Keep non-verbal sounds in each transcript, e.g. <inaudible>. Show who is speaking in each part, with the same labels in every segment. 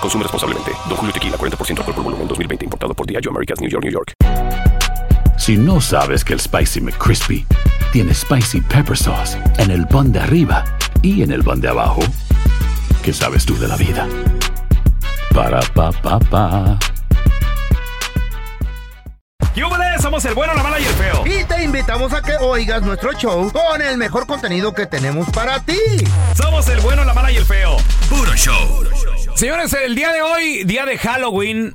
Speaker 1: Consume responsablemente. Don Julio Tequila, 40% alcohol por volumen, 2020. Importado por Diageo Americas, New York, New York.
Speaker 2: Si no sabes que el Spicy McCrispy tiene Spicy Pepper Sauce en el pan de arriba y en el pan de abajo, ¿qué sabes tú de la vida? Para, pa, pa, pa.
Speaker 3: ¡Yúbales! Somos el bueno, la mala y el feo.
Speaker 4: Y te invitamos a que oigas nuestro show con el mejor contenido que tenemos para ti.
Speaker 3: Somos el bueno, la mala y el feo.
Speaker 5: Puro show.
Speaker 3: Señores, el día de hoy, día de Halloween.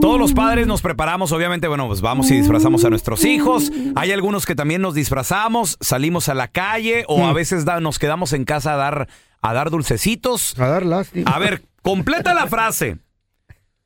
Speaker 3: Todos los padres nos preparamos, obviamente, bueno, pues vamos y disfrazamos a nuestros hijos. Hay algunos que también nos disfrazamos, salimos a la calle o
Speaker 4: Mm.
Speaker 3: a veces da- nos quedamos en casa a dar, a dar dulcecitos.
Speaker 4: A dar lástima.
Speaker 3: A ver, completa la frase.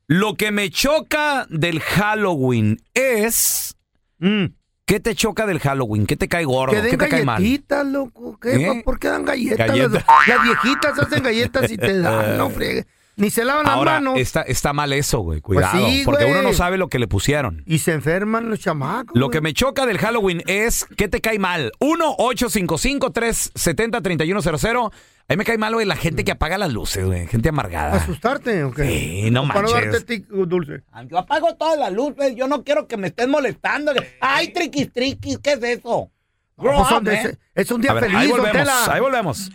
Speaker 3: Lo que me choca del Halloween es... ¿Qué te choca del Halloween? ¿Qué te cae gordo?
Speaker 4: Mm. Que den
Speaker 3: ¿Qué te cae mal?
Speaker 4: galletitas, loco. ¿Qué?
Speaker 3: ¿Eh?
Speaker 4: ¿Por qué dan galletas? Las-
Speaker 3: Galletas.
Speaker 4: Las, viejitas hacen galletas y te
Speaker 3: <laughs>
Speaker 4: dan, no friegues. Ni se lavan las
Speaker 3: Ahora,
Speaker 4: manos
Speaker 3: está, está mal eso, güey.
Speaker 4: Pues
Speaker 3: Cuidado.
Speaker 4: sí,
Speaker 3: porque
Speaker 4: güey.
Speaker 3: uno no sabe lo que le pusieron.
Speaker 4: y se enferman los chamacos.
Speaker 3: Lo que
Speaker 4: güey.
Speaker 3: me choca del Halloween es que te cae mal. 1-855-370-3100. A mí me cae mal, güey, la gente que apaga las luces, güey. Gente
Speaker 4: Pues,
Speaker 3: amargada.
Speaker 4: ¿Asustarte o qué?
Speaker 3: Sí, no
Speaker 4: O Para
Speaker 3: manches.
Speaker 4: darte tic- uh, dulce.
Speaker 6: Yo apago todas las luces, pues, yo no quiero que me estén molestando. Ay, triquis, triquis, ¿qué es eso? Grow
Speaker 4: Eh. Pues,
Speaker 6: up,
Speaker 4: hombre,
Speaker 6: man.
Speaker 4: es- es un
Speaker 3: A
Speaker 4: día
Speaker 3: ver,
Speaker 4: feliz,
Speaker 3: ahí
Speaker 4: don
Speaker 3: volvemos,
Speaker 4: Tela.
Speaker 3: ahí volvemos.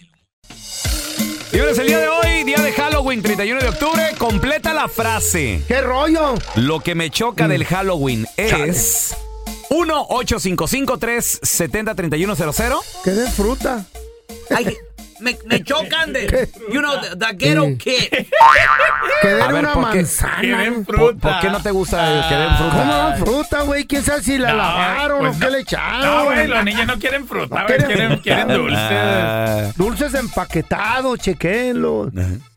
Speaker 3: Señores, el día de hoy, día de Halloween, 31 de octubre, completa la frase.
Speaker 4: ¿Qué rollo?
Speaker 3: Lo que me
Speaker 4: Mm.
Speaker 3: choca del Halloween es... 1-855-370-3100.
Speaker 4: Que den fruta.
Speaker 6: Ay, me, me chocan de, you know, the, the ghetto kid.
Speaker 4: Que den
Speaker 3: A ver,
Speaker 4: una
Speaker 3: ¿por qué?
Speaker 4: manzana.
Speaker 3: ¿Por, por qué no te
Speaker 4: eh,
Speaker 3: gusta que den fruta?
Speaker 4: ¿Cómo dan fruta, güey? ¿Quién sabe si la lavaron o qué le echaron?
Speaker 7: niños no quieren fruta,
Speaker 4: güey, quieren-
Speaker 3: Ah,
Speaker 4: Dulces empaquetados, chequenlos.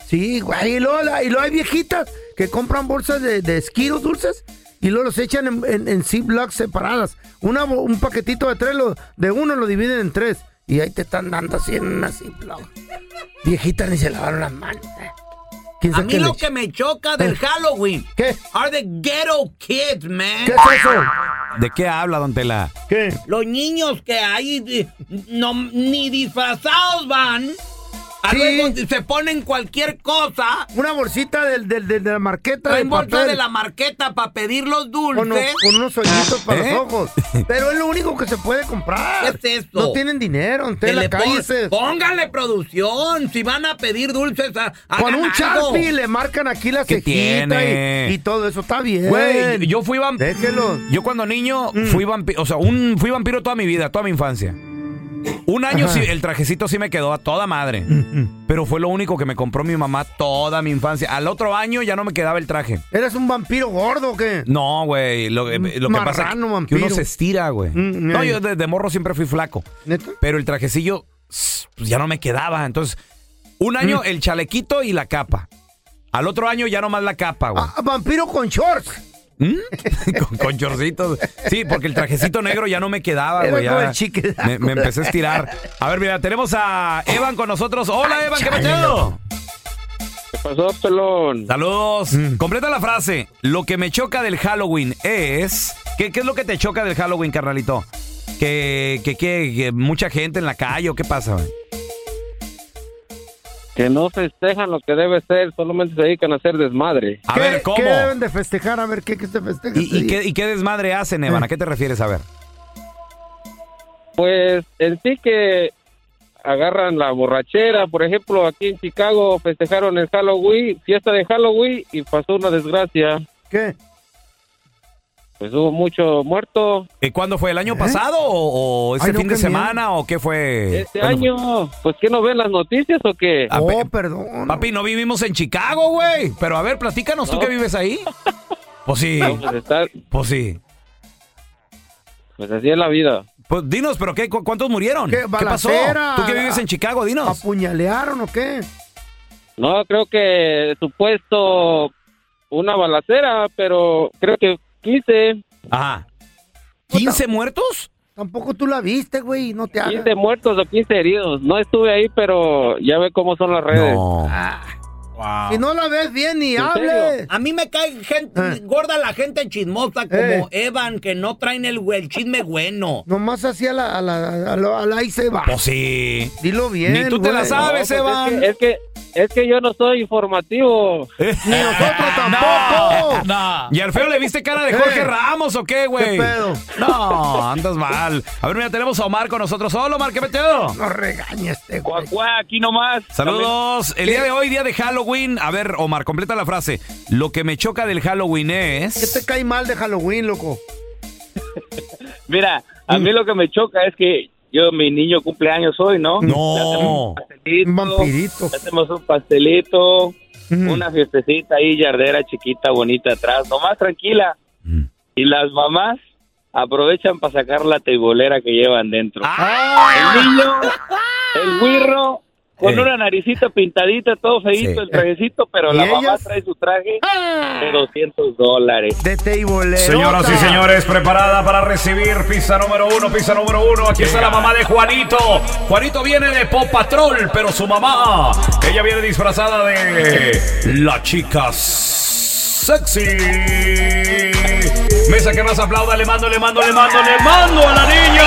Speaker 4: Sí, güey. Y luego, la- y luego hay viejitas que compran bolsas de, de esquiros dulces y luego los echan en, en, en Ziplocs separadas. Una, bo- un paquetito de tres, lo- de uno lo dividen en tres. Y ahí te están dando así en una Ziploc. Viejitas ni se lavaron las manos. eh. ¿Quién
Speaker 6: A
Speaker 4: sabe
Speaker 6: mí
Speaker 4: qué le
Speaker 6: lo
Speaker 4: echa-
Speaker 6: que me choca del Halloween
Speaker 4: ¿Qué?
Speaker 6: are the ghetto kids, man.
Speaker 4: ¿Qué es eso?
Speaker 3: ¿De qué habla, don Tela?
Speaker 4: ¿Qué?
Speaker 6: Los niños que ahí eh, no, ni disfrazados van, a
Speaker 4: Sí.
Speaker 6: luego se ponen cualquier cosa,
Speaker 4: Una bolsita del, del, del- de la marqueta de
Speaker 6: traen bolsa
Speaker 4: papel.
Speaker 6: de la marqueta para pedir los
Speaker 4: con,
Speaker 6: dulces.
Speaker 4: con unos hoyitos para
Speaker 3: ¿Eh?
Speaker 4: los ojos. Pero es lo único que se puede comprar.
Speaker 6: ¿Qué es esto?
Speaker 4: No tienen dinero,
Speaker 6: Que
Speaker 4: en la
Speaker 6: le pon-
Speaker 4: cállese.
Speaker 6: Póngale producción. Si van a pedir dulces, a,
Speaker 4: Con
Speaker 6: hagan
Speaker 4: un
Speaker 6: algo.
Speaker 4: charpi le marcan aquí la
Speaker 3: ¿Qué
Speaker 4: cejita
Speaker 3: tiene?
Speaker 4: y, y todo eso está bien.
Speaker 3: Güey, yo fui vampiro.
Speaker 4: Déjelo. Mm.
Speaker 3: Yo cuando niño fui vampiro, o sea, un, fui vampiro toda mi vida, toda mi infancia. Un año sí, el trajecito sí me quedó a toda madre.
Speaker 4: Mm,
Speaker 3: Pero fue lo único que me compró mi mamá toda mi infancia. Al otro año ya no me quedaba el traje.
Speaker 4: ¿Eres un vampiro gordo o qué?
Speaker 3: No, güey. Lo, que- lo que pasa es
Speaker 4: Mm, Marrano,
Speaker 3: que- que
Speaker 4: vampiro.
Speaker 3: uno se estira, güey.
Speaker 4: Mm,
Speaker 3: No,
Speaker 4: ay.
Speaker 3: yo desde morro siempre fui flaco.
Speaker 4: ¿Neta?
Speaker 3: Pero el trajecillo s- pues, ya no me quedaba. Entonces, un año
Speaker 4: Mm.
Speaker 3: el chalequito y la capa. Al otro año ya nomás la capa, güey.
Speaker 4: Ah, vampiro con shorts. <laughs>
Speaker 3: ¿Mm? con, con chorcitos. Sí, porque el trajecito negro ya no me quedaba,
Speaker 4: Era
Speaker 3: güey.
Speaker 4: como
Speaker 3: ya.
Speaker 4: el chique.
Speaker 3: Me, me empecé a estirar. A ver, mira, tenemos a Evan con nosotros. Hola, Evan, ¿qué
Speaker 4: chale,
Speaker 3: pasó?
Speaker 4: loco.
Speaker 8: ¿Qué pasó, Pelón?
Speaker 3: Saludos.
Speaker 4: Mm.
Speaker 3: Completa la frase. Lo que me choca del Halloween es. ¿Qué, qué es lo que te choca del Halloween, carnalito? Que, que, que, que mucha gente en la calle o qué pasa, güey?
Speaker 8: Que no festejan lo que debe ser, solamente se dedican a hacer desmadre.
Speaker 3: A
Speaker 4: ¿Qué-
Speaker 3: ver, ¿cómo?
Speaker 4: ¿Qué deben de festejar? A ver, ¿qué, qué se festeja?
Speaker 3: ¿Y, y qué, y qué desmadre hacen, Evan? ¿A qué te refieres? A ver.
Speaker 8: Pues en sí que agarran la borrachera, por ejemplo, aquí en Chicago festejaron el Halloween, fiesta de Halloween y pasó una desgracia.
Speaker 4: ¿Qué?
Speaker 8: pues hubo mucho muerto.
Speaker 3: ¿Y cuándo fue? ¿El año pasado o, o este
Speaker 4: ¿Eh? Ay, no,
Speaker 3: fin de
Speaker 4: qué miedo.
Speaker 3: semana o qué fue?
Speaker 8: Este
Speaker 3: ¿Cuándo fue?
Speaker 8: año, pues ¿qué no ven las noticias o qué?
Speaker 3: Ah,
Speaker 4: oh,
Speaker 3: pe-
Speaker 4: perdón.
Speaker 3: Papi, no vivimos en Chicago, güey. Pero a ver, platícanos, ¿tú
Speaker 8: No.
Speaker 3: que vives ahí? Pues sí,
Speaker 8: No, pues está,
Speaker 3: pues sí.
Speaker 8: pues así es la vida.
Speaker 3: Pues dinos, ¿pero qué? ¿Cu- ¿Cuántos murieron?
Speaker 4: ¿Qué,
Speaker 3: ¿Qué, pasó?
Speaker 4: balacera?
Speaker 3: ¿Tú que vives en Chicago? Dinos.
Speaker 4: ¿Apuñalearon o qué?
Speaker 8: No, creo que supuesto una balacera, pero creo que 15,
Speaker 3: Ajá. ¿15 muertos?
Speaker 4: Tampoco tú la viste, güey, no te hagas.
Speaker 8: 15 muertos o 15 heridos. No estuve ahí, pero ya ve cómo son las redes.
Speaker 3: No.
Speaker 4: Si no la ves bien ni
Speaker 8: ¿En
Speaker 4: hables.
Speaker 6: A mí me cae gente,
Speaker 4: Eh.
Speaker 6: gorda la gente chismosa
Speaker 4: Eh.
Speaker 6: como Evan, que no traen el, el chisme bueno.
Speaker 4: Nomás así a la, a la, a la- a la- ahí se va.
Speaker 3: Pues sí.
Speaker 4: Dilo bien.
Speaker 3: Ni tú te la
Speaker 4: güey.
Speaker 8: No,
Speaker 3: sabes,
Speaker 8: pues es
Speaker 3: Evan.
Speaker 8: que- Es que, es que yo no soy informativo.
Speaker 4: Ni nosotros tampoco.
Speaker 3: <laughs> No. ¿Y al feo le viste cara de Jorge
Speaker 4: Eh.
Speaker 3: Ramos o qué, güey?
Speaker 4: ¿Qué pedo?
Speaker 3: No, andas mal. A ver, mira, tenemos a Omar con nosotros. Hola, Omar, ¿qué meteo?
Speaker 4: No regañes, este güey.
Speaker 7: Cuacuá, aquí nomás.
Speaker 3: Saludos. El día de hoy, día de Halloween. A ver, Omar, completa la frase. Lo que me choca del Halloween
Speaker 4: ¿Qué te
Speaker 3: es.
Speaker 4: cae mal de Halloween, loco?
Speaker 7: Mira, a
Speaker 4: Mm.
Speaker 7: mí lo que me choca es que yo, mi niño cumpleaños hoy, ¿no?
Speaker 3: No.
Speaker 7: Pastelito,
Speaker 4: Un vampirito.
Speaker 7: Hacemos un pastelito,
Speaker 4: Mm.
Speaker 7: una fiestecita ahí, yardera chiquita, bonita atrás, nomás tranquila.
Speaker 3: Mm.
Speaker 7: Y las mamás aprovechan para sacar la tebolera que llevan dentro.
Speaker 4: ¡Ah!
Speaker 7: El
Speaker 4: <laughs>
Speaker 7: niño, el guirro, con
Speaker 3: Eh.
Speaker 7: una naricita pintadita, todo feíto,
Speaker 3: Sí.
Speaker 7: el trajecito, pero
Speaker 4: ¿Y
Speaker 7: la mamá
Speaker 4: ellas? ¡Ah!
Speaker 7: trae su traje de 200 dólares.
Speaker 4: De table.
Speaker 3: Señoras y señores, preparada para recibir pista número uno, pista número uno. Aquí está la mamá de Juanito. Juanito viene de Pop Patrol, pero su mamá, ella viene disfrazada
Speaker 7: Eh.
Speaker 3: de la chica sexy. Mesa que más aplauda, le mando, le mando, le mando, le mando a la niña.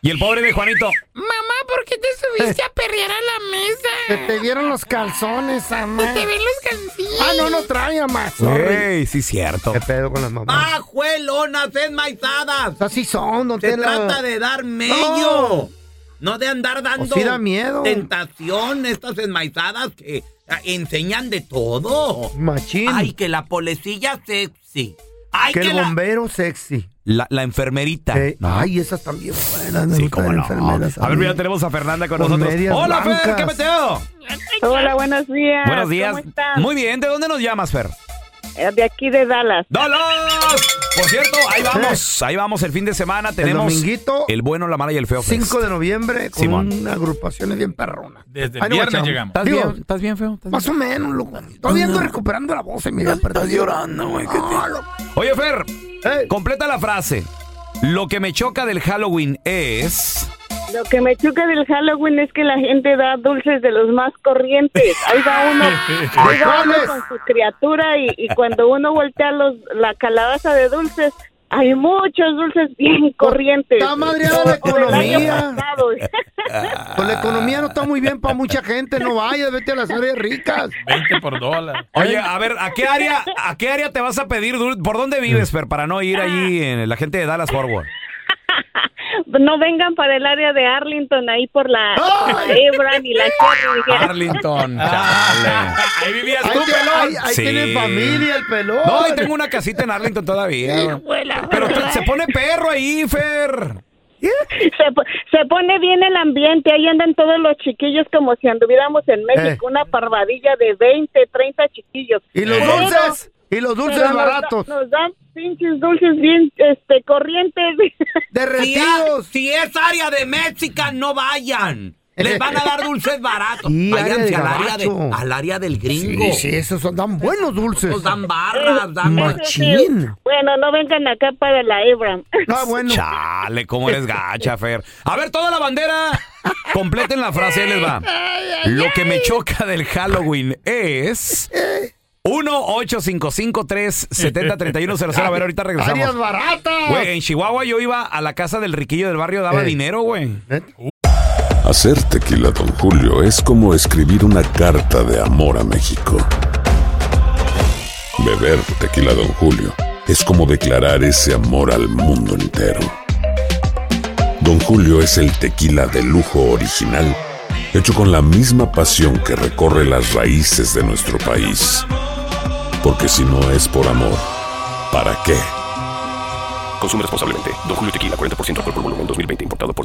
Speaker 3: Y el pobre de Juanito.
Speaker 5: Mamá, ¿por qué te subiste a perrear a la
Speaker 4: Que
Speaker 5: mesa? Pues
Speaker 4: te dieron los calzones, amá.
Speaker 5: Te ven los calcillos.
Speaker 4: Ah, no, no trae, amá. Sorry.
Speaker 3: Ey, sí, cierto.
Speaker 4: ¿Qué pedo con las mamás?
Speaker 6: ¡Pajuelonas enmaizadas!
Speaker 4: Así son, no
Speaker 6: Se
Speaker 4: te la-
Speaker 6: trata de dar medio.
Speaker 4: No.
Speaker 6: No. de andar dando
Speaker 4: Pues sí da miedo.
Speaker 6: tentación, estas enmaizadas que ah, enseñan de todo.
Speaker 4: Machín.
Speaker 6: Ay, que la polecilla sexy. Ay,
Speaker 4: que
Speaker 6: que,
Speaker 4: el
Speaker 6: la...
Speaker 4: bombero sexy.
Speaker 3: La, la enfermerita.
Speaker 4: Eh,
Speaker 3: ¿no?
Speaker 4: Ay, esas también buenas. me
Speaker 3: Sí,
Speaker 4: gustan
Speaker 3: cómo no.
Speaker 4: enfermeras
Speaker 3: A ver,
Speaker 4: mí.
Speaker 3: mira, tenemos a Fernanda con,
Speaker 4: Con
Speaker 3: nosotros.
Speaker 4: medias
Speaker 3: Hola, Fer,
Speaker 4: blancas.
Speaker 3: ¿qué meteo?
Speaker 9: Hola, buenos días.
Speaker 3: Buenos días.
Speaker 9: ¿Cómo están?
Speaker 3: Muy bien, ¿de dónde nos llamas, Fer?
Speaker 9: Eh, De aquí de Dallas.
Speaker 3: ¡Dolos! Por cierto, ahí vamos, ahí vamos el fin de semana. Tenemos
Speaker 4: dominguito.
Speaker 3: el bueno, la mala y el feo. Fest.
Speaker 4: 5 de noviembre con
Speaker 3: pues. Simón.
Speaker 4: una agrupación bien perrona.
Speaker 7: Desde
Speaker 4: Ay, no, guachamo.
Speaker 3: ¿Estás
Speaker 4: Digo,
Speaker 3: bien? ¿Estás bien, feo? ¿Estás bien?
Speaker 4: Más o menos, loco. Todavía ando recuperando la voz, eh, mira. Estás llorando, güey.
Speaker 3: Ah, Oye, Fer, completa la frase. Lo que me choca del Halloween es.
Speaker 9: Lo que me choca del Halloween es que la gente da dulces de los más corrientes. Ahí va
Speaker 3: <laughs>
Speaker 9: uno, ahí va uno con su criatura y, y cuando uno voltea los, la calabaza de dulces, hay muchos dulces bien corrientes.
Speaker 4: Está madreada la
Speaker 9: O del año
Speaker 4: economía. <laughs>
Speaker 9: pasado.
Speaker 4: Pues la economía no está muy bien para mucha gente. No vayas, vete a las áreas ricas.
Speaker 7: 20 por dólar.
Speaker 3: Oye, a ver, ¿a qué área, a qué área te vas a pedir dul- ¿Por dónde vives, Fer? Para no ir allí en la gente de Dallas Forward.
Speaker 9: No vengan para el área de Arlington, ahí por la
Speaker 4: ¡Ay!
Speaker 9: Ebra ni la Cherry. dijera.
Speaker 3: Arlington, <laughs> chale.
Speaker 7: Ahí vivías
Speaker 4: Ahí,
Speaker 7: tú,
Speaker 4: te-
Speaker 7: pelón.
Speaker 4: ahí- ahí
Speaker 3: Sí.
Speaker 4: tiene familia el pelón.
Speaker 3: No, ahí tengo una casita en Arlington todavía. Pero te- se pone perro ahí, Fer.
Speaker 9: ¿Eh? se, po- se pone bien el ambiente, ahí andan todos los chiquillos como si anduviéramos en México, una parvadilla de 20, 30 chiquillos.
Speaker 4: Eh. Y los
Speaker 9: Pero-
Speaker 4: dulces. Y los dulces
Speaker 9: pero nos da-
Speaker 4: baratos.
Speaker 9: Nos, dan pinches dulces bien este, corrientes.
Speaker 6: Si, a-
Speaker 4: Derretidos.
Speaker 6: si es área de México, no vayan. Les van a
Speaker 4: <laughs>
Speaker 6: dar dulces baratos.
Speaker 4: Sí, área
Speaker 6: Váyanse
Speaker 4: de
Speaker 6: al área, de,
Speaker 4: gabacho.
Speaker 6: al área del gringo.
Speaker 4: Sí, sí, esos son tan buenos dulces. Mm.
Speaker 6: Nos dan barras, dan
Speaker 4: Machín.
Speaker 9: <laughs> bueno, no vengan acá para la Ebram.
Speaker 4: Ah, bueno.
Speaker 3: Chale, cómo eres gacha, Fer. A ver, toda
Speaker 4: <laughs>
Speaker 3: la bandera. Completen la frase, ahí les va. Lo que me choca del Halloween es. 1-855-370-3100. A ver, ahorita
Speaker 4: Áreas
Speaker 3: regresamos.
Speaker 4: baratas.
Speaker 3: Güey, en Chihuahua yo iba a la casa del riquillo del barrio, daba
Speaker 4: Eh.
Speaker 3: dinero, güey.
Speaker 10: Hacer tequila, Don Julio, es como escribir una carta de amor a México. Beber tequila, Don Julio, es como declarar ese amor al mundo entero. Don Julio es el tequila de lujo original, hecho con la misma pasión que recorre las raíces de nuestro país. Porque si no es por amor, ¿para qué?
Speaker 1: Consume responsablemente. Don Julio Tequila 40% alcohol por volumen 2020 importado por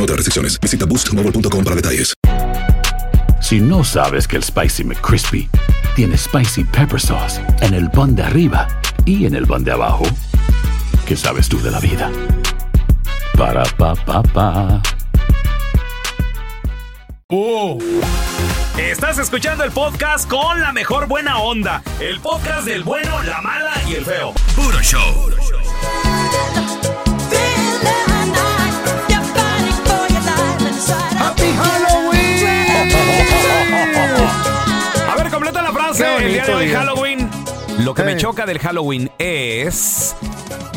Speaker 11: otras restricciones. Visita boostmobile.com para detalles.
Speaker 2: Si no sabes que el Spicy McCrispy tiene Spicy Pepper Sauce en el pan de arriba y en el pan de abajo, ¿qué sabes tú de la vida? Para, pa, pa, pa.
Speaker 3: Uh. Estás escuchando el podcast con la mejor buena onda. El podcast del bueno, la mala y el feo. Puro show.
Speaker 4: ¡Happy
Speaker 6: <laughs>
Speaker 4: Halloween!
Speaker 3: A ver, completa la frase.
Speaker 4: Qué
Speaker 3: El día de
Speaker 4: bonito
Speaker 3: hoy,
Speaker 4: día.
Speaker 3: Halloween. Lo que me
Speaker 4: Eh.
Speaker 3: choca del Halloween es.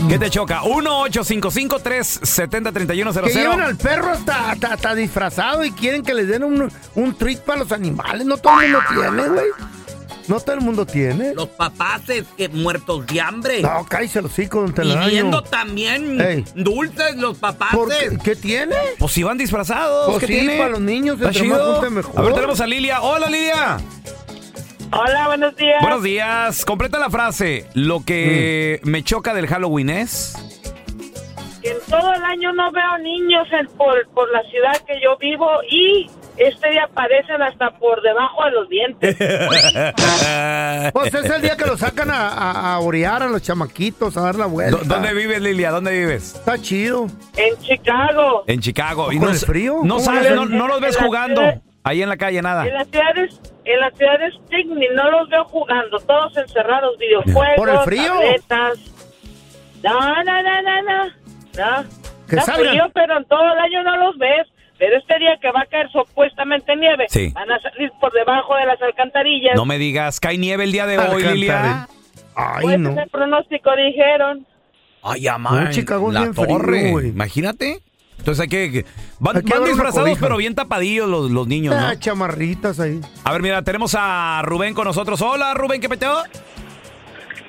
Speaker 3: ¿Qué te choca? 1-855-370-3100.
Speaker 4: Que llevan al perro hasta, hasta- hasta disfrazado y quieren que les den un, un treat para los animales. No todo el mundo tiene, güey. No todo el mundo tiene.
Speaker 6: Los papaces que muertos de hambre.
Speaker 4: No, cállese los hijos, don Telaraño.
Speaker 6: Pidiendo también
Speaker 4: Ey.
Speaker 6: dulces los
Speaker 4: ¿Por
Speaker 6: papaces.
Speaker 4: qué? ¿Qué tiene?
Speaker 3: Pues si van disfrazados,
Speaker 4: Pues
Speaker 3: ¿qué
Speaker 4: sí,
Speaker 3: tiene?
Speaker 4: para los niños,
Speaker 3: Está
Speaker 4: entre más
Speaker 3: chido.
Speaker 4: junte, mejor.
Speaker 3: A ver, tenemos a Lilia. Hola, Lilia.
Speaker 12: Hola, buenos días.
Speaker 3: Buenos días. Completa la frase. Lo que
Speaker 4: Mm.
Speaker 3: me choca del Halloween es.
Speaker 12: Que en todo el año no veo niños en- por, por la ciudad que yo vivo y este día aparecen hasta por debajo de
Speaker 4: <laughs>
Speaker 12: los dientes.
Speaker 4: <laughs> Pues es el
Speaker 3: <laughs>
Speaker 4: día que los sacan a, a, a orear a los chamaquitos, a dar la vuelta.
Speaker 3: ¿Dó- ¿Dónde vives, Lilia? ¿Dónde vives?
Speaker 4: Está chido.
Speaker 12: En Chicago.
Speaker 3: En Chicago.
Speaker 4: ¿Con
Speaker 3: no,
Speaker 4: el frío?
Speaker 3: No
Speaker 4: ¿Cómo
Speaker 3: sales,
Speaker 4: le-
Speaker 3: no, no los ves jugando. Ahí en la calle,
Speaker 4: Ah.
Speaker 3: nada.
Speaker 12: En las ciudades, en las ciudades picnic no los veo jugando, todos encerrados, videojuegos,
Speaker 4: ¿Por el frío?
Speaker 12: tabletas. No, no, no, no, no. No,
Speaker 4: Que
Speaker 12: Da
Speaker 4: salgan.
Speaker 12: frío, pero en todo el año no los ves. Pero este día que va a caer supuestamente nieve,
Speaker 3: Sí.
Speaker 12: van a salir por debajo de las alcantarillas.
Speaker 3: No me digas, cae nieve el día de hoy,
Speaker 4: ¿eh?
Speaker 3: Lilia.
Speaker 4: Ay,
Speaker 12: Ese pronóstico dijeron.
Speaker 3: Ay, amá,
Speaker 4: No, Chicago es
Speaker 3: la
Speaker 4: bien frío,
Speaker 3: torre.
Speaker 4: güey.
Speaker 3: Imagínate. Entonces hay que... que- Van,
Speaker 4: Hay que dar
Speaker 3: van
Speaker 4: una
Speaker 3: disfrazados,
Speaker 4: cobija.
Speaker 3: pero bien tapadillos los, los niños, ¿no?
Speaker 4: Ah, chamarritas ahí.
Speaker 3: A ver, mira, tenemos a Rubén con nosotros. Hola, Rubén, ¿qué peteo?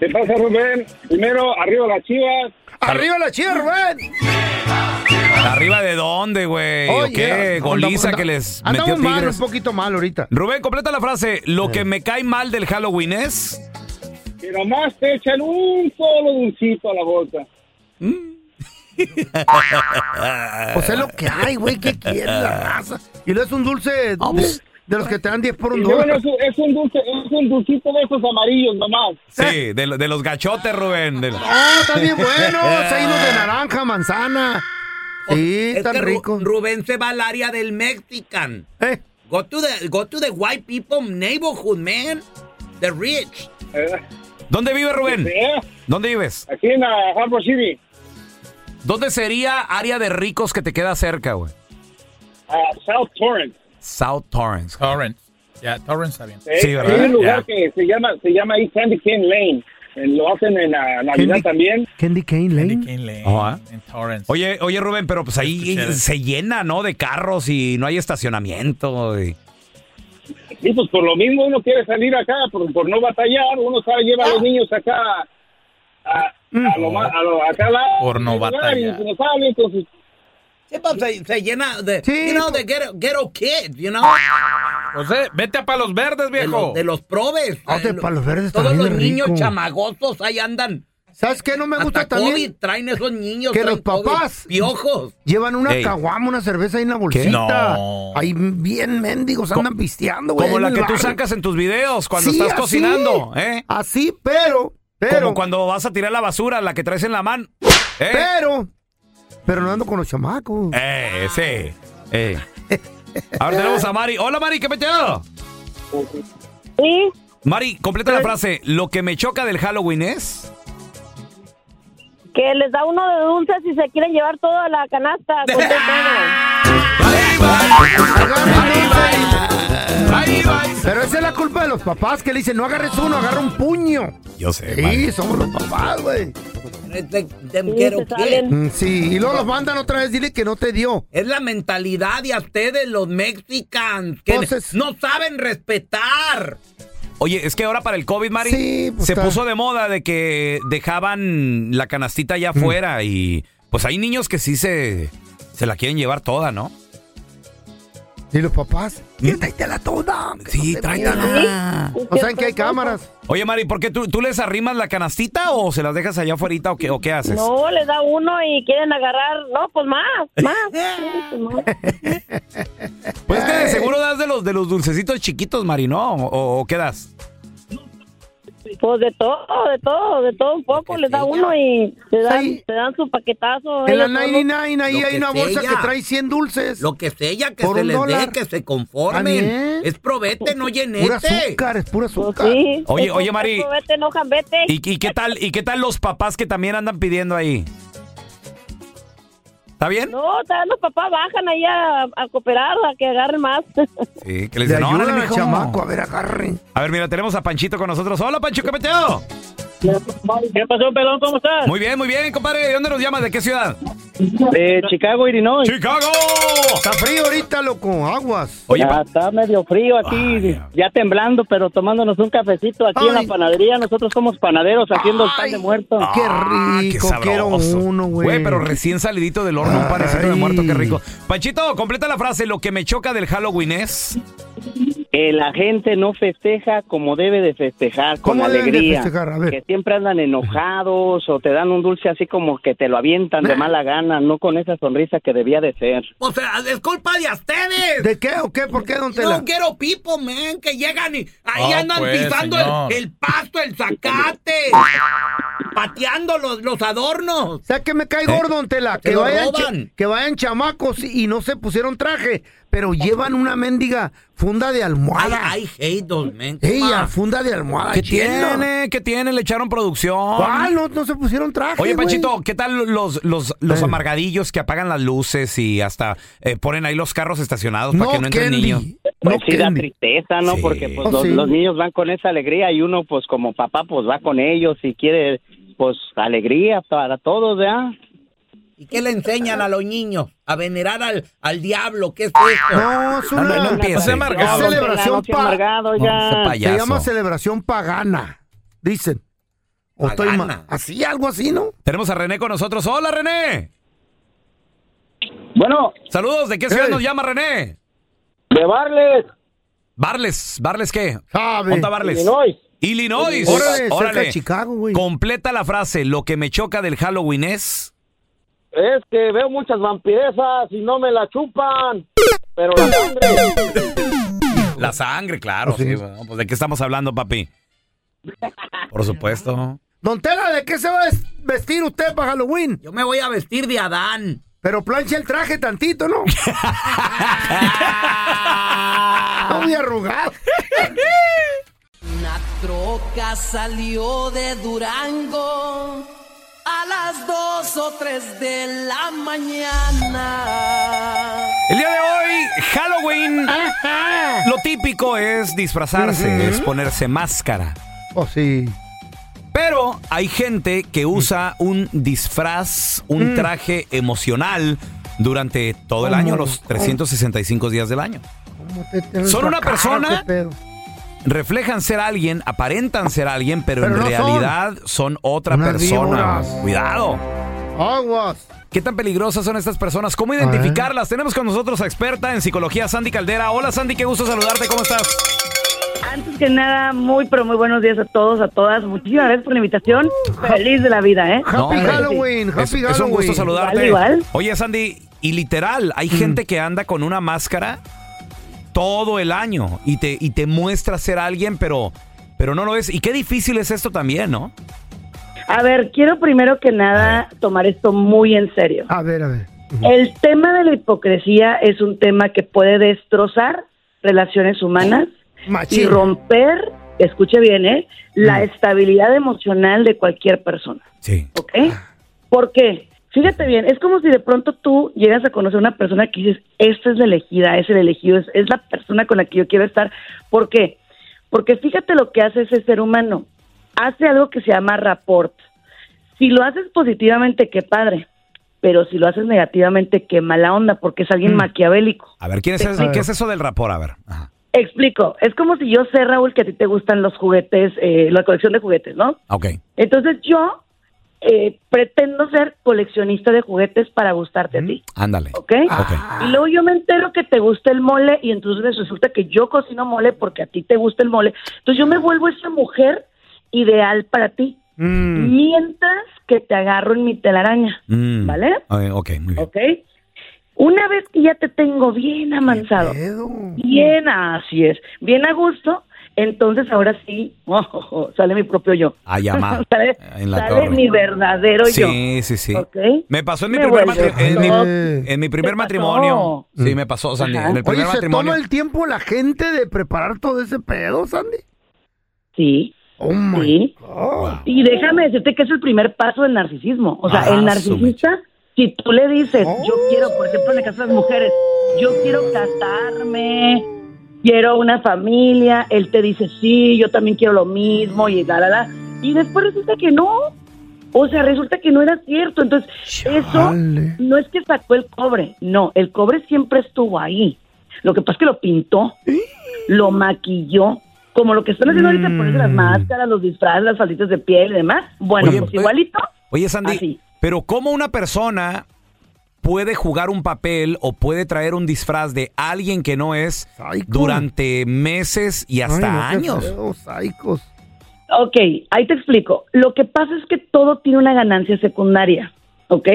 Speaker 8: ¿Qué pasa, Rubén? Primero, arriba las chivas.
Speaker 4: ¡Arriba la chía, Rubén!
Speaker 3: ¿Arriba de dónde, güey? ¿O
Speaker 4: Oye,
Speaker 3: qué?
Speaker 4: andamos-
Speaker 3: Goliza
Speaker 4: anda-
Speaker 3: que les metió
Speaker 4: Andamos mal, Eh. un
Speaker 3: Tigres.
Speaker 4: poquito mal ahorita.
Speaker 3: Rubén, completa la frase. Lo que me cae mal del Halloween es...
Speaker 8: Que nomás te echan un solo dulcito a la bolsa.
Speaker 3: Ah.
Speaker 4: Pues es lo
Speaker 3: <laughs>
Speaker 4: que hay, güey. ¿Qué quiere la raza? Y luego es un dulce de, de los que te dan 10 por
Speaker 8: Ah, Y
Speaker 4: un
Speaker 8: luego
Speaker 4: dólar.
Speaker 8: es, un- es un dulce, es un dulcito de esos amarillos nomás.
Speaker 3: Sí, de, lo- de los gachotes, Rubén. de los-
Speaker 4: ¡Ah, está bien
Speaker 3: <laughs>
Speaker 4: bueno! Seguimos de naranja, manzana. Sí,
Speaker 6: Es
Speaker 4: tan
Speaker 6: que Ru-
Speaker 4: rico.
Speaker 6: Rubén se va al área del Mexican.
Speaker 3: Eh.
Speaker 6: Go to the, go to the white people neighborhood, man. The rich.
Speaker 3: ¿Dónde vive Rubén?
Speaker 8: ¿Eh?
Speaker 3: ¿Dónde vives?
Speaker 8: Aquí en ah, la Harbor City.
Speaker 3: ¿Dónde sería área de ricos que te queda cerca, güey?
Speaker 8: a Ah, South Torrance.
Speaker 3: South Torrance.
Speaker 13: Torrance. Ya, Torrance está bien.
Speaker 8: Eh,
Speaker 3: Sí, ¿verdad?
Speaker 8: Hay un lugar
Speaker 3: Ya.
Speaker 8: que se llama, se llama ahí Candy Cane Lane. Eh, Lo hacen en la Navidad
Speaker 4: Candy-
Speaker 8: también.
Speaker 4: Candy Cane Lane.
Speaker 3: Ajá. Oye, oye, Rubén, pero pues ahí se llena, ¿no? De carros y no hay estacionamiento. y-
Speaker 8: Y pues por lo mismo uno quiere salir acá, por, por no batallar, uno sabe lleva
Speaker 3: Ah.
Speaker 8: a los niños acá a, a lo más, a lo, a cada
Speaker 13: Por no
Speaker 8: lugar
Speaker 13: batallar.
Speaker 8: y no saben con sus
Speaker 6: Sí, pues, se, se llena de, you know,
Speaker 3: pues.
Speaker 6: de ghetto, ghetto kids, you know.
Speaker 13: José, Pues, eh, vete a palos verdes, viejo.
Speaker 6: De los probes.
Speaker 13: Ah, de
Speaker 6: Eh, lo-
Speaker 13: Palos Verdes
Speaker 6: Todos
Speaker 13: también
Speaker 6: los
Speaker 13: es
Speaker 6: niños
Speaker 13: rico.
Speaker 6: chamagosos ahí andan.
Speaker 4: ¿Sabes qué no me gusta
Speaker 6: Hasta
Speaker 4: también?
Speaker 6: COVID traen esos niños.
Speaker 4: Que
Speaker 6: traen
Speaker 4: los papás
Speaker 6: COVID, piojos.
Speaker 4: llevan una
Speaker 6: Ey.
Speaker 4: caguama, una cerveza ahí en la bolsita.
Speaker 3: No.
Speaker 4: Ahí bien mendigos, andan pisteando, güey.
Speaker 3: Como
Speaker 4: en
Speaker 3: la
Speaker 4: el
Speaker 3: que tú
Speaker 4: barrio.
Speaker 3: sacas en tus videos cuando
Speaker 4: Sí,
Speaker 3: estás
Speaker 4: así.
Speaker 3: cocinando, ¿eh?
Speaker 4: Así, pero, pero,
Speaker 3: Como cuando vas a tirar la basura, la que traes en la mano. ¿eh?
Speaker 4: pero, pero no ando con los chamacos.
Speaker 3: Eh, sí. Eh. Ahora tenemos a Mari. Hola, Mari, ¿qué peteado?
Speaker 12: Sí.
Speaker 3: Mari, completa la frase. Lo que me choca del Halloween es...
Speaker 12: Que les da uno de dulces y se quieren llevar toda
Speaker 4: <laughs>
Speaker 12: la
Speaker 4: Ah.
Speaker 12: canasta. con todo.
Speaker 4: Pero esa es la culpa de los papás que le dicen, no agarres uno, agarra un puño.
Speaker 3: Yo sé.
Speaker 4: Sí, somos los papás, güey.
Speaker 6: Este,
Speaker 4: Mm, Sí, y luego los mandan otra vez, dile que no te dio.
Speaker 6: Es la mentalidad de ustedes, los mexicanos, que no saben respetar.
Speaker 3: Oye, es que ahora para el COVID, Mari,
Speaker 6: pues,
Speaker 3: se
Speaker 6: está-
Speaker 3: puso de moda de que dejaban la canastita allá
Speaker 4: Mm.
Speaker 3: afuera y pues hay niños que sí se, se la quieren llevar toda, ¿no?
Speaker 4: ¿Y los papás? tráetela toda.
Speaker 3: Sí, tráetela.
Speaker 4: No saben que hay cámaras.
Speaker 3: Oye, Mari, ¿por qué tú, tú les arrimas la canastita o se las dejas allá afuera o qué, o qué haces?
Speaker 14: No, le da uno y quieren agarrar. No, pues más,
Speaker 4: <laughs>
Speaker 14: más.
Speaker 3: Pues que
Speaker 4: Eh.
Speaker 3: de seguro das de los, de los dulcecitos chiquitos, Mari, ¿no? ¿O, o qué das?
Speaker 14: pues de todo, de todo, de todo un poco. Le da uno y te dan, te dan su paquetazo.
Speaker 4: En la
Speaker 14: ellos solos.
Speaker 4: 99 ahí hay una bolsa que trae 100 dulces.
Speaker 6: Lo que sea, ya que
Speaker 4: Por
Speaker 6: se
Speaker 4: un
Speaker 6: les dé,
Speaker 4: dólar.
Speaker 6: que se conformen.
Speaker 4: Daniel.
Speaker 6: Es probete, Este no
Speaker 4: Pura
Speaker 6: llenete.
Speaker 4: azúcar, es pura azúcar.
Speaker 14: Sí.
Speaker 3: Oye,
Speaker 14: Es
Speaker 3: oye,
Speaker 14: un
Speaker 3: Mari.
Speaker 14: poco, Vete, no, jambete.
Speaker 3: ¿Y, y qué tal, ¿Y qué tal los papás que también andan pidiendo ahí? ¿Está bien?
Speaker 14: No, te dan los papás bajan ahí a, a cooperar, a que agarren más.
Speaker 3: Sí, que les dicen, no,
Speaker 4: ayudan
Speaker 3: órale,
Speaker 4: al
Speaker 3: mijo".
Speaker 4: chamaco, a ver, agarren.
Speaker 3: A ver, mira, tenemos a Panchito con nosotros. Hola, Pancho, ¿qué peteo?
Speaker 15: ¿Qué pasó, pelón? ¿Cómo estás?
Speaker 3: Muy bien, muy bien, compadre. ¿De dónde nos llamas? ¿De qué ciudad?
Speaker 15: De Chicago, Illinois.
Speaker 3: ¡Chicago!
Speaker 4: Está frío ahorita, loco, aguas.
Speaker 3: Oye,
Speaker 15: Ya Ah, está medio frío aquí, ya temblando, pero tomándonos un cafecito aquí en la panadería. Nosotros somos panaderos haciendo el pan de muerto.
Speaker 4: Qué
Speaker 3: Ah,
Speaker 4: rico, quiero uno,
Speaker 3: Güey,
Speaker 4: güey.
Speaker 3: pero recién salidito del horno, un panecito de muerto, qué rico. Panchito, completa la frase. Lo que me choca del Halloween es...
Speaker 15: Eh, la gente no festeja como debe de festejar, con
Speaker 4: ¿Cómo deben de
Speaker 15: alegría.
Speaker 4: festejar? A ver.
Speaker 15: Que siempre andan enojados o te dan un dulce así como que te lo avientan de mala gana, no con esa sonrisa que debía de ser.
Speaker 6: O sea, es culpa de ustedes.
Speaker 4: ¿De qué o qué? ¿Por qué, don Tela?
Speaker 6: No quiero people, man, que llegan y ahí
Speaker 15: Ah,
Speaker 6: andan
Speaker 15: pues,
Speaker 6: pisando
Speaker 15: señor.
Speaker 6: el, el pasto, el zacate, pateando los, los adornos.
Speaker 4: O sea, que me
Speaker 15: ¿Eh?
Speaker 4: cae gordo, don Tela.
Speaker 6: Se
Speaker 4: Que
Speaker 6: lo
Speaker 4: vayan,
Speaker 6: roban.
Speaker 4: cha- que vayan chamacos y no se pusieron traje, pero llevan una mendiga funda de almohada.
Speaker 6: Ay, hate those men.
Speaker 4: Ella, funda de almohada.
Speaker 3: ¿Qué
Speaker 4: llena.
Speaker 3: tiene? ¿Qué tiene? Le echaron producción.
Speaker 4: ¿Cuál? No, no se pusieron traje.
Speaker 3: Oye,
Speaker 4: güey.
Speaker 3: Panchito, ¿qué tal los, los,
Speaker 6: Eh.
Speaker 3: los amargadillos que apagan las luces y hasta eh, ponen ahí los carros estacionados para
Speaker 15: No,
Speaker 3: que no entren
Speaker 15: Kenny.
Speaker 3: niños?
Speaker 15: Pues sí da tristeza, ¿no? Porque pues
Speaker 3: Oh,
Speaker 15: los,
Speaker 3: sí.
Speaker 15: los niños van con esa alegría y uno pues como papá pues va con ellos y quiere pues alegría para todos, ¿verdad?
Speaker 6: ¿Y qué le enseñan a los niños? A venerar al, al diablo, ¿qué es esto? Ah,
Speaker 4: No, es una,
Speaker 3: pues,
Speaker 6: empieces.
Speaker 4: es celebración
Speaker 6: No sea amargado,
Speaker 4: pagana.
Speaker 6: oiga. No, ese
Speaker 4: se
Speaker 6: payaso.
Speaker 4: llama celebración pagana, dicen. O estoy
Speaker 3: Pagana.
Speaker 4: ma- así, algo así, ¿no?
Speaker 3: Tenemos a René con nosotros. ¡Hola, René!
Speaker 16: Bueno.
Speaker 3: Saludos. ¿De qué ciudad
Speaker 16: Hey.
Speaker 3: nos llama René?
Speaker 16: De Barles.
Speaker 3: ¿Barles? ¿Barles qué?
Speaker 4: ¿Dónde
Speaker 3: ¿Dónde Barles?
Speaker 16: Illinois.
Speaker 3: Illinois.
Speaker 4: Órale, cerca de Chicago, güey.
Speaker 3: Completa la frase. Lo que me choca del Halloween es...
Speaker 16: Es que veo muchas vampirezas y no me la chupan. Pero la sangre.
Speaker 3: La sangre, claro. sí, bueno, pues, ¿De qué estamos hablando, papi? Por supuesto.
Speaker 4: Don Tela, ¿de qué se va a ves- vestir usted para Halloween?
Speaker 6: Yo me voy a vestir de Adán.
Speaker 4: Pero plancha el traje tantito,
Speaker 3: <laughs>
Speaker 4: ¿no? no muy arrugado.
Speaker 17: Una troca salió de Durango a las dos o tres de la mañana.
Speaker 3: El día de hoy, Halloween, lo típico es disfrazarse, es ponerse máscara.
Speaker 4: Oh, sí.
Speaker 3: Pero hay gente que usa un disfraz, un
Speaker 4: Mm. Oh,
Speaker 3: traje emocional durante todo el
Speaker 4: ¿Cómo?
Speaker 3: año, los 365 días del año.
Speaker 4: ¿Cómo te tienes
Speaker 3: Son una
Speaker 4: acá,
Speaker 3: persona-
Speaker 4: qué pedo?
Speaker 3: Reflejan ser alguien, aparentan ser alguien, pero,
Speaker 4: Pero
Speaker 3: en
Speaker 4: no son.
Speaker 3: realidad son, otra
Speaker 4: Unas
Speaker 3: persona.
Speaker 4: víboras.
Speaker 3: Cuidado.
Speaker 4: Aguas.
Speaker 3: ¿Qué tan peligrosas son estas personas? ¿Cómo identificarlas? Tenemos con nosotros a experta en psicología, Sandy Caldera. Hola Sandy, qué gusto saludarte. ¿Cómo estás?
Speaker 18: Antes que nada, muy pero muy buenos días a todos, a todas. Muchísimas gracias por la invitación. Feliz de la vida, ¿eh?
Speaker 3: No, hombre. es, es un gusto saludarte.
Speaker 18: Igual, igual.
Speaker 3: Oye, Sandy, y literal, hay gente que anda con una máscara todo el año y te, y te muestra ser alguien, pero, pero no lo es. Y qué difícil es esto también, ¿no?
Speaker 18: A ver, quiero primero que nada tomar esto muy en serio.
Speaker 4: A ver, a ver.
Speaker 18: El tema de la hipocresía es un tema que puede destrozar relaciones humanas
Speaker 4: Machín.
Speaker 18: y romper, escuche bien, ¿eh? la estabilidad emocional de cualquier persona.
Speaker 3: Sí.
Speaker 18: ¿Ok? ¿Por qué? Fíjate bien, es como si de pronto tú llegas a conocer a una persona que dices, esta es la elegida, es el elegido, es, es la persona con la que yo quiero estar. ¿Por qué? Porque fíjate lo que hace ese ser humano. Hace algo que se llama rapport. Si lo haces positivamente, qué padre. Pero si lo haces negativamente, qué mala onda, porque es alguien maquiavélico.
Speaker 3: A ver, ¿quién es
Speaker 18: Te
Speaker 3: eso? ¿qué
Speaker 18: explico.
Speaker 3: es eso del rapor? A ver. Ajá.
Speaker 18: Explico. Es como si yo sé, Raúl, que a ti te gustan los juguetes, eh, la colección de juguetes, ¿no?
Speaker 3: Ok.
Speaker 18: Entonces yo eh, pretendo ser coleccionista de juguetes para gustarte a ti,
Speaker 3: Ándale.
Speaker 18: ¿ok? Y luego yo me entero que te gusta el mole y entonces resulta que yo cocino mole porque a ti te gusta el mole. Entonces yo me vuelvo esa mujer ideal para ti,
Speaker 4: Mm.
Speaker 18: mientras que te agarro en mi telaraña,
Speaker 3: Mm.
Speaker 18: ¿vale?
Speaker 3: Ay, ok, muy bien.
Speaker 18: ¿ok? Una vez que ya te tengo bien amansado, bien así es, bien a gusto, entonces ahora sí <laughs> oh, oh, oh, sale mi propio yo.
Speaker 3: A llamar.
Speaker 18: <laughs> sale
Speaker 3: en la
Speaker 18: sale
Speaker 3: torre.
Speaker 18: mi verdadero yo.
Speaker 3: Sí, sí, sí.
Speaker 18: ¿Ok?
Speaker 3: Me pasó en mi
Speaker 18: Me
Speaker 3: primer,
Speaker 18: vuelves
Speaker 3: matri- en mi-
Speaker 18: loco.
Speaker 3: en mi primer
Speaker 18: Te
Speaker 3: matrimonio.
Speaker 4: pasó.
Speaker 3: Sí, me pasó, Sandy. En el primer
Speaker 4: Mm. Oye, ¿se
Speaker 3: matrimonio.
Speaker 4: toma el tiempo la gente de preparar todo ese pedo, Sandy?
Speaker 18: Sí.
Speaker 4: Oh, my
Speaker 18: Sí.
Speaker 4: God.
Speaker 18: Y déjame decirte que es el primer paso del narcisismo. O sea,
Speaker 4: Ah,
Speaker 18: el
Speaker 4: su Oh.
Speaker 18: narcisista, si tú le dices, yo quiero, por ejemplo, en el caso de las mujeres, yo quiero casarme, quiero una familia, él te dice, sí, yo también quiero lo mismo, y la, la, la. Y después resulta que no. O sea, resulta que no era cierto. Entonces, eso no es que sacó el cobre. No, el cobre siempre estuvo ahí. Lo que pasa es que lo pintó, lo maquilló, como lo que están haciendo ahorita, ponerse las máscaras, los disfraces, las falditas de piel y demás. Bueno,
Speaker 3: Oye,
Speaker 18: pues
Speaker 3: oye,
Speaker 18: igualito.
Speaker 3: Oye, Sandy,
Speaker 18: Así.
Speaker 3: pero ¿cómo una persona puede jugar un papel o puede traer un disfraz de alguien que no es durante meses y hasta
Speaker 4: Ay, no, qué
Speaker 3: años?
Speaker 4: feo, saicos.
Speaker 18: Ok, ahí te explico. Lo que pasa es que todo tiene una ganancia secundaria, ¿ok?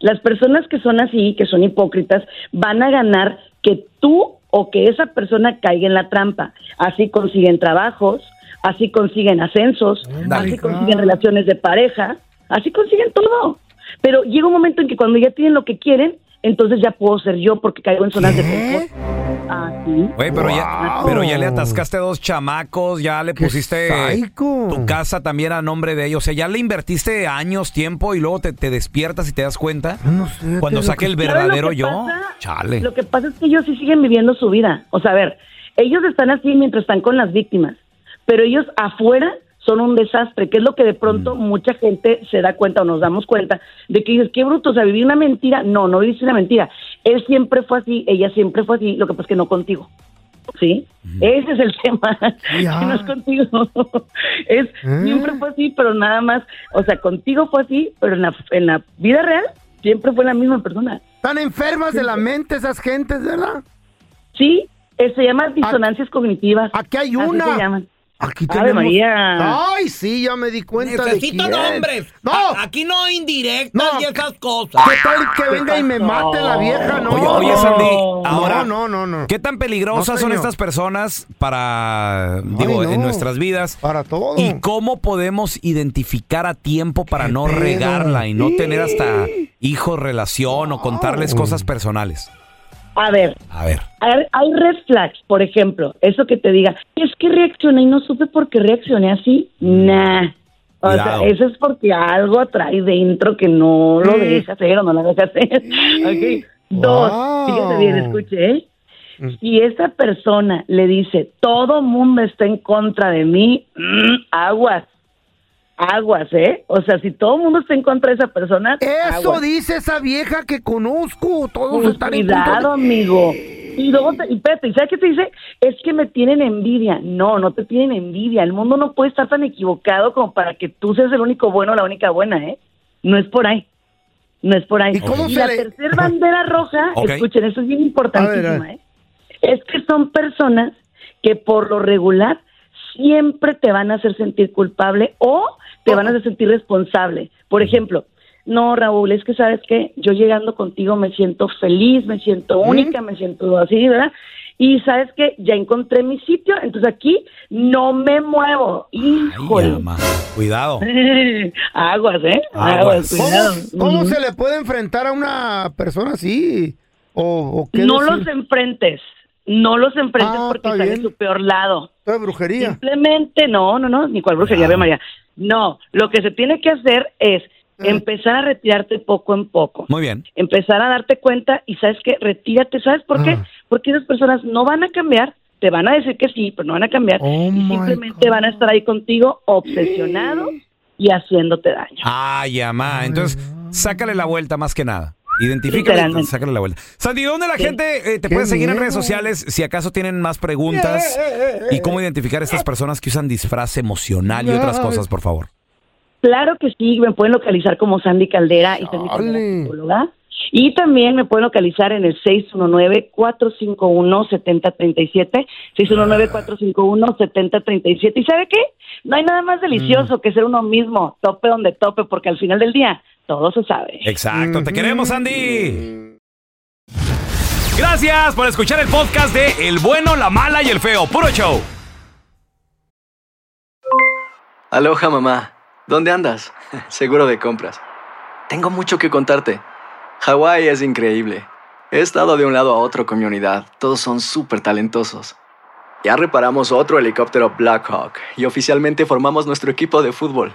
Speaker 18: Las personas que son así, que son hipócritas, van a ganar que tú o que esa persona caiga en la trampa. Así consiguen trabajos, así consiguen ascensos,
Speaker 3: Ándale.
Speaker 18: así consiguen relaciones de pareja, así consiguen todo. Pero llega un momento en que cuando ya tienen lo que quieren, entonces ya puedo ser yo porque caigo en zonas de confort. Así.
Speaker 3: Oye, pero, ya, pero ya le atascaste a dos chamacos, ya le pusiste tu casa también a nombre de ellos. O sea, ya le invertiste años, tiempo y luego te, te despiertas y te das cuenta. cuando
Speaker 18: lo
Speaker 3: saque
Speaker 18: que-
Speaker 3: el
Speaker 18: ¿Sabes lo
Speaker 3: verdadero
Speaker 18: que
Speaker 3: yo.
Speaker 18: pasa?
Speaker 3: Chale.
Speaker 18: Lo que pasa es que ellos sí siguen viviendo su vida. O sea, a ver, ellos están así mientras están con las víctimas, pero ellos afuera son un desastre, que es lo que de pronto mucha gente se da cuenta o nos damos cuenta de que dices, qué bruto, o sea, viví una mentira. No, no viviste una mentira. Él siempre fue así, ella siempre fue así, lo que pasa es que no contigo. ¿Sí? Ese es el <laughs> tema. Que no es contigo. <laughs> es,
Speaker 4: Ah.
Speaker 18: Siempre fue así, pero nada más. O sea, contigo fue así, pero en la, en la vida real siempre fue la misma persona.
Speaker 4: Están enfermas de la mente esas gentes, ¿verdad? Ah.
Speaker 18: Sí, eh, se llama disonancias cognitivas.
Speaker 4: Aquí hay
Speaker 18: Así
Speaker 4: una.
Speaker 18: se llaman.
Speaker 4: Aquí
Speaker 18: Ave
Speaker 4: tenemos- Ah.
Speaker 18: María.
Speaker 4: Ay, sí, ya me di cuenta
Speaker 6: Necesito
Speaker 4: de quién.
Speaker 6: nombres.
Speaker 4: No,
Speaker 6: A- Aquí no indirectas
Speaker 4: No.
Speaker 6: y esas cosas.
Speaker 4: ¿qué tal que venga y me mate la vieja? No,
Speaker 3: Oye, oye, Sandy, ahora,
Speaker 4: no, no, no, no.
Speaker 3: ¿qué tan peligrosas
Speaker 4: No,
Speaker 3: son
Speaker 4: señor.
Speaker 3: estas personas para, digo,
Speaker 4: no.
Speaker 3: en nuestras vidas?
Speaker 4: Para todo.
Speaker 3: ¿Y cómo podemos identificar a tiempo para no
Speaker 4: pedo?
Speaker 3: regarla y no tener hasta hijos, relación o contarles cosas personales?
Speaker 18: A ver,
Speaker 3: A ver.
Speaker 18: hay, hay red flags, por ejemplo, eso que te diga, es que reaccioné y no supe por qué reaccioné así. Nah. O
Speaker 3: Cuidado.
Speaker 18: sea, eso es porque algo trae dentro que no lo deja hacer o no lo deja hacer. Ok. Dos,
Speaker 5: Wow.
Speaker 18: fíjate bien, escuche, ¿eh? Si esa persona le dice, todo mundo está en contra de mí, mm, aguas, aguas, ¿eh? O sea, si todo mundo está en contra de esa persona,
Speaker 4: Eso
Speaker 18: aguas.
Speaker 4: dice esa vieja que conozco. Todos
Speaker 18: Pues,
Speaker 4: están en
Speaker 18: cuidado,
Speaker 4: contra de-
Speaker 18: amigo. Y luego, te, y espérate, ¿y ¿sabes qué te dice? Es que me tienen envidia. No, no te tienen envidia. El mundo no puede estar tan equivocado como para que tú seas el único bueno o la única buena, ¿eh? No es por ahí. No es por ahí.
Speaker 5: ¿Y cómo se
Speaker 18: la
Speaker 5: le-
Speaker 18: tercera bandera roja,
Speaker 5: Ok.
Speaker 18: escuchen, eso es bien importantísimo,
Speaker 5: A ver, a ver.
Speaker 18: ¿eh? Es que son personas que por lo regular siempre te van a hacer sentir culpable o te van a hacer sentir responsable. Por ejemplo, no, Raúl, es que sabes que yo llegando contigo me siento feliz, me siento única, me siento así, ¿verdad? Y sabes que ya encontré mi sitio, entonces aquí no me muevo. Híjole.
Speaker 3: Cuidado.
Speaker 18: <laughs> Aguas, ¿eh?
Speaker 3: Aguas.
Speaker 18: Aguas, cuidado.
Speaker 4: ¿Cómo, cómo
Speaker 18: Ujú.
Speaker 4: se le puede enfrentar a una persona así? ¿O, o qué
Speaker 18: No
Speaker 4: decir?
Speaker 18: los enfrentes. No los enfrentes
Speaker 4: Ah,
Speaker 18: porque
Speaker 4: está
Speaker 18: sale
Speaker 4: bien.
Speaker 18: su peor lado.
Speaker 4: de brujería. Ah.
Speaker 18: Simplemente, no, no, no, ni cuál brujería, Ave María. No, lo que se tiene que hacer es
Speaker 4: Ah.
Speaker 18: Empezar a retirarte poco en poco.
Speaker 3: Muy bien.
Speaker 18: Empezar a darte cuenta y sabes que retírate. ¿Sabes por
Speaker 4: Ah.
Speaker 18: qué? Porque esas personas no van a cambiar. Te van a decir que sí, pero no van a cambiar.
Speaker 4: Oh
Speaker 18: y simplemente van a estar ahí contigo obsesionado y haciéndote daño.
Speaker 3: Ay, mamá. Entonces, sácale la vuelta más que nada. Identifícale,
Speaker 18: Literalmente.
Speaker 3: sácale la vuelta. Sandy, ¿dónde la
Speaker 18: Sí.
Speaker 3: gente eh, te
Speaker 18: Qué
Speaker 3: puede seguir en redes
Speaker 18: miedo. Eh,
Speaker 3: sociales si acaso tienen más preguntas? ¿Y cómo identificar a estas personas que usan disfraz emocional y otras cosas, por favor?
Speaker 18: Claro que sí, me pueden localizar como Sandy Caldera y Sandy Caldera psicóloga. Y también me pueden localizar en el 619-451-7037. 619-451-7037. ¿Y sabe qué? No hay nada más delicioso que ser uno mismo, tope donde tope, porque al final del día todo se sabe.
Speaker 3: Exacto, te queremos, Sandy. Gracias por escuchar el podcast de El bueno, la mala y el feo. Puro show.
Speaker 19: Aloha mamá, ¿dónde andas? <laughs> Seguro de compras. Tengo mucho que contarte. Hawái es increíble. He estado de un lado a otro con mi unidad. Todos son súper talentosos. Ya reparamos otro helicóptero Blackhawk y oficialmente formamos nuestro equipo de fútbol.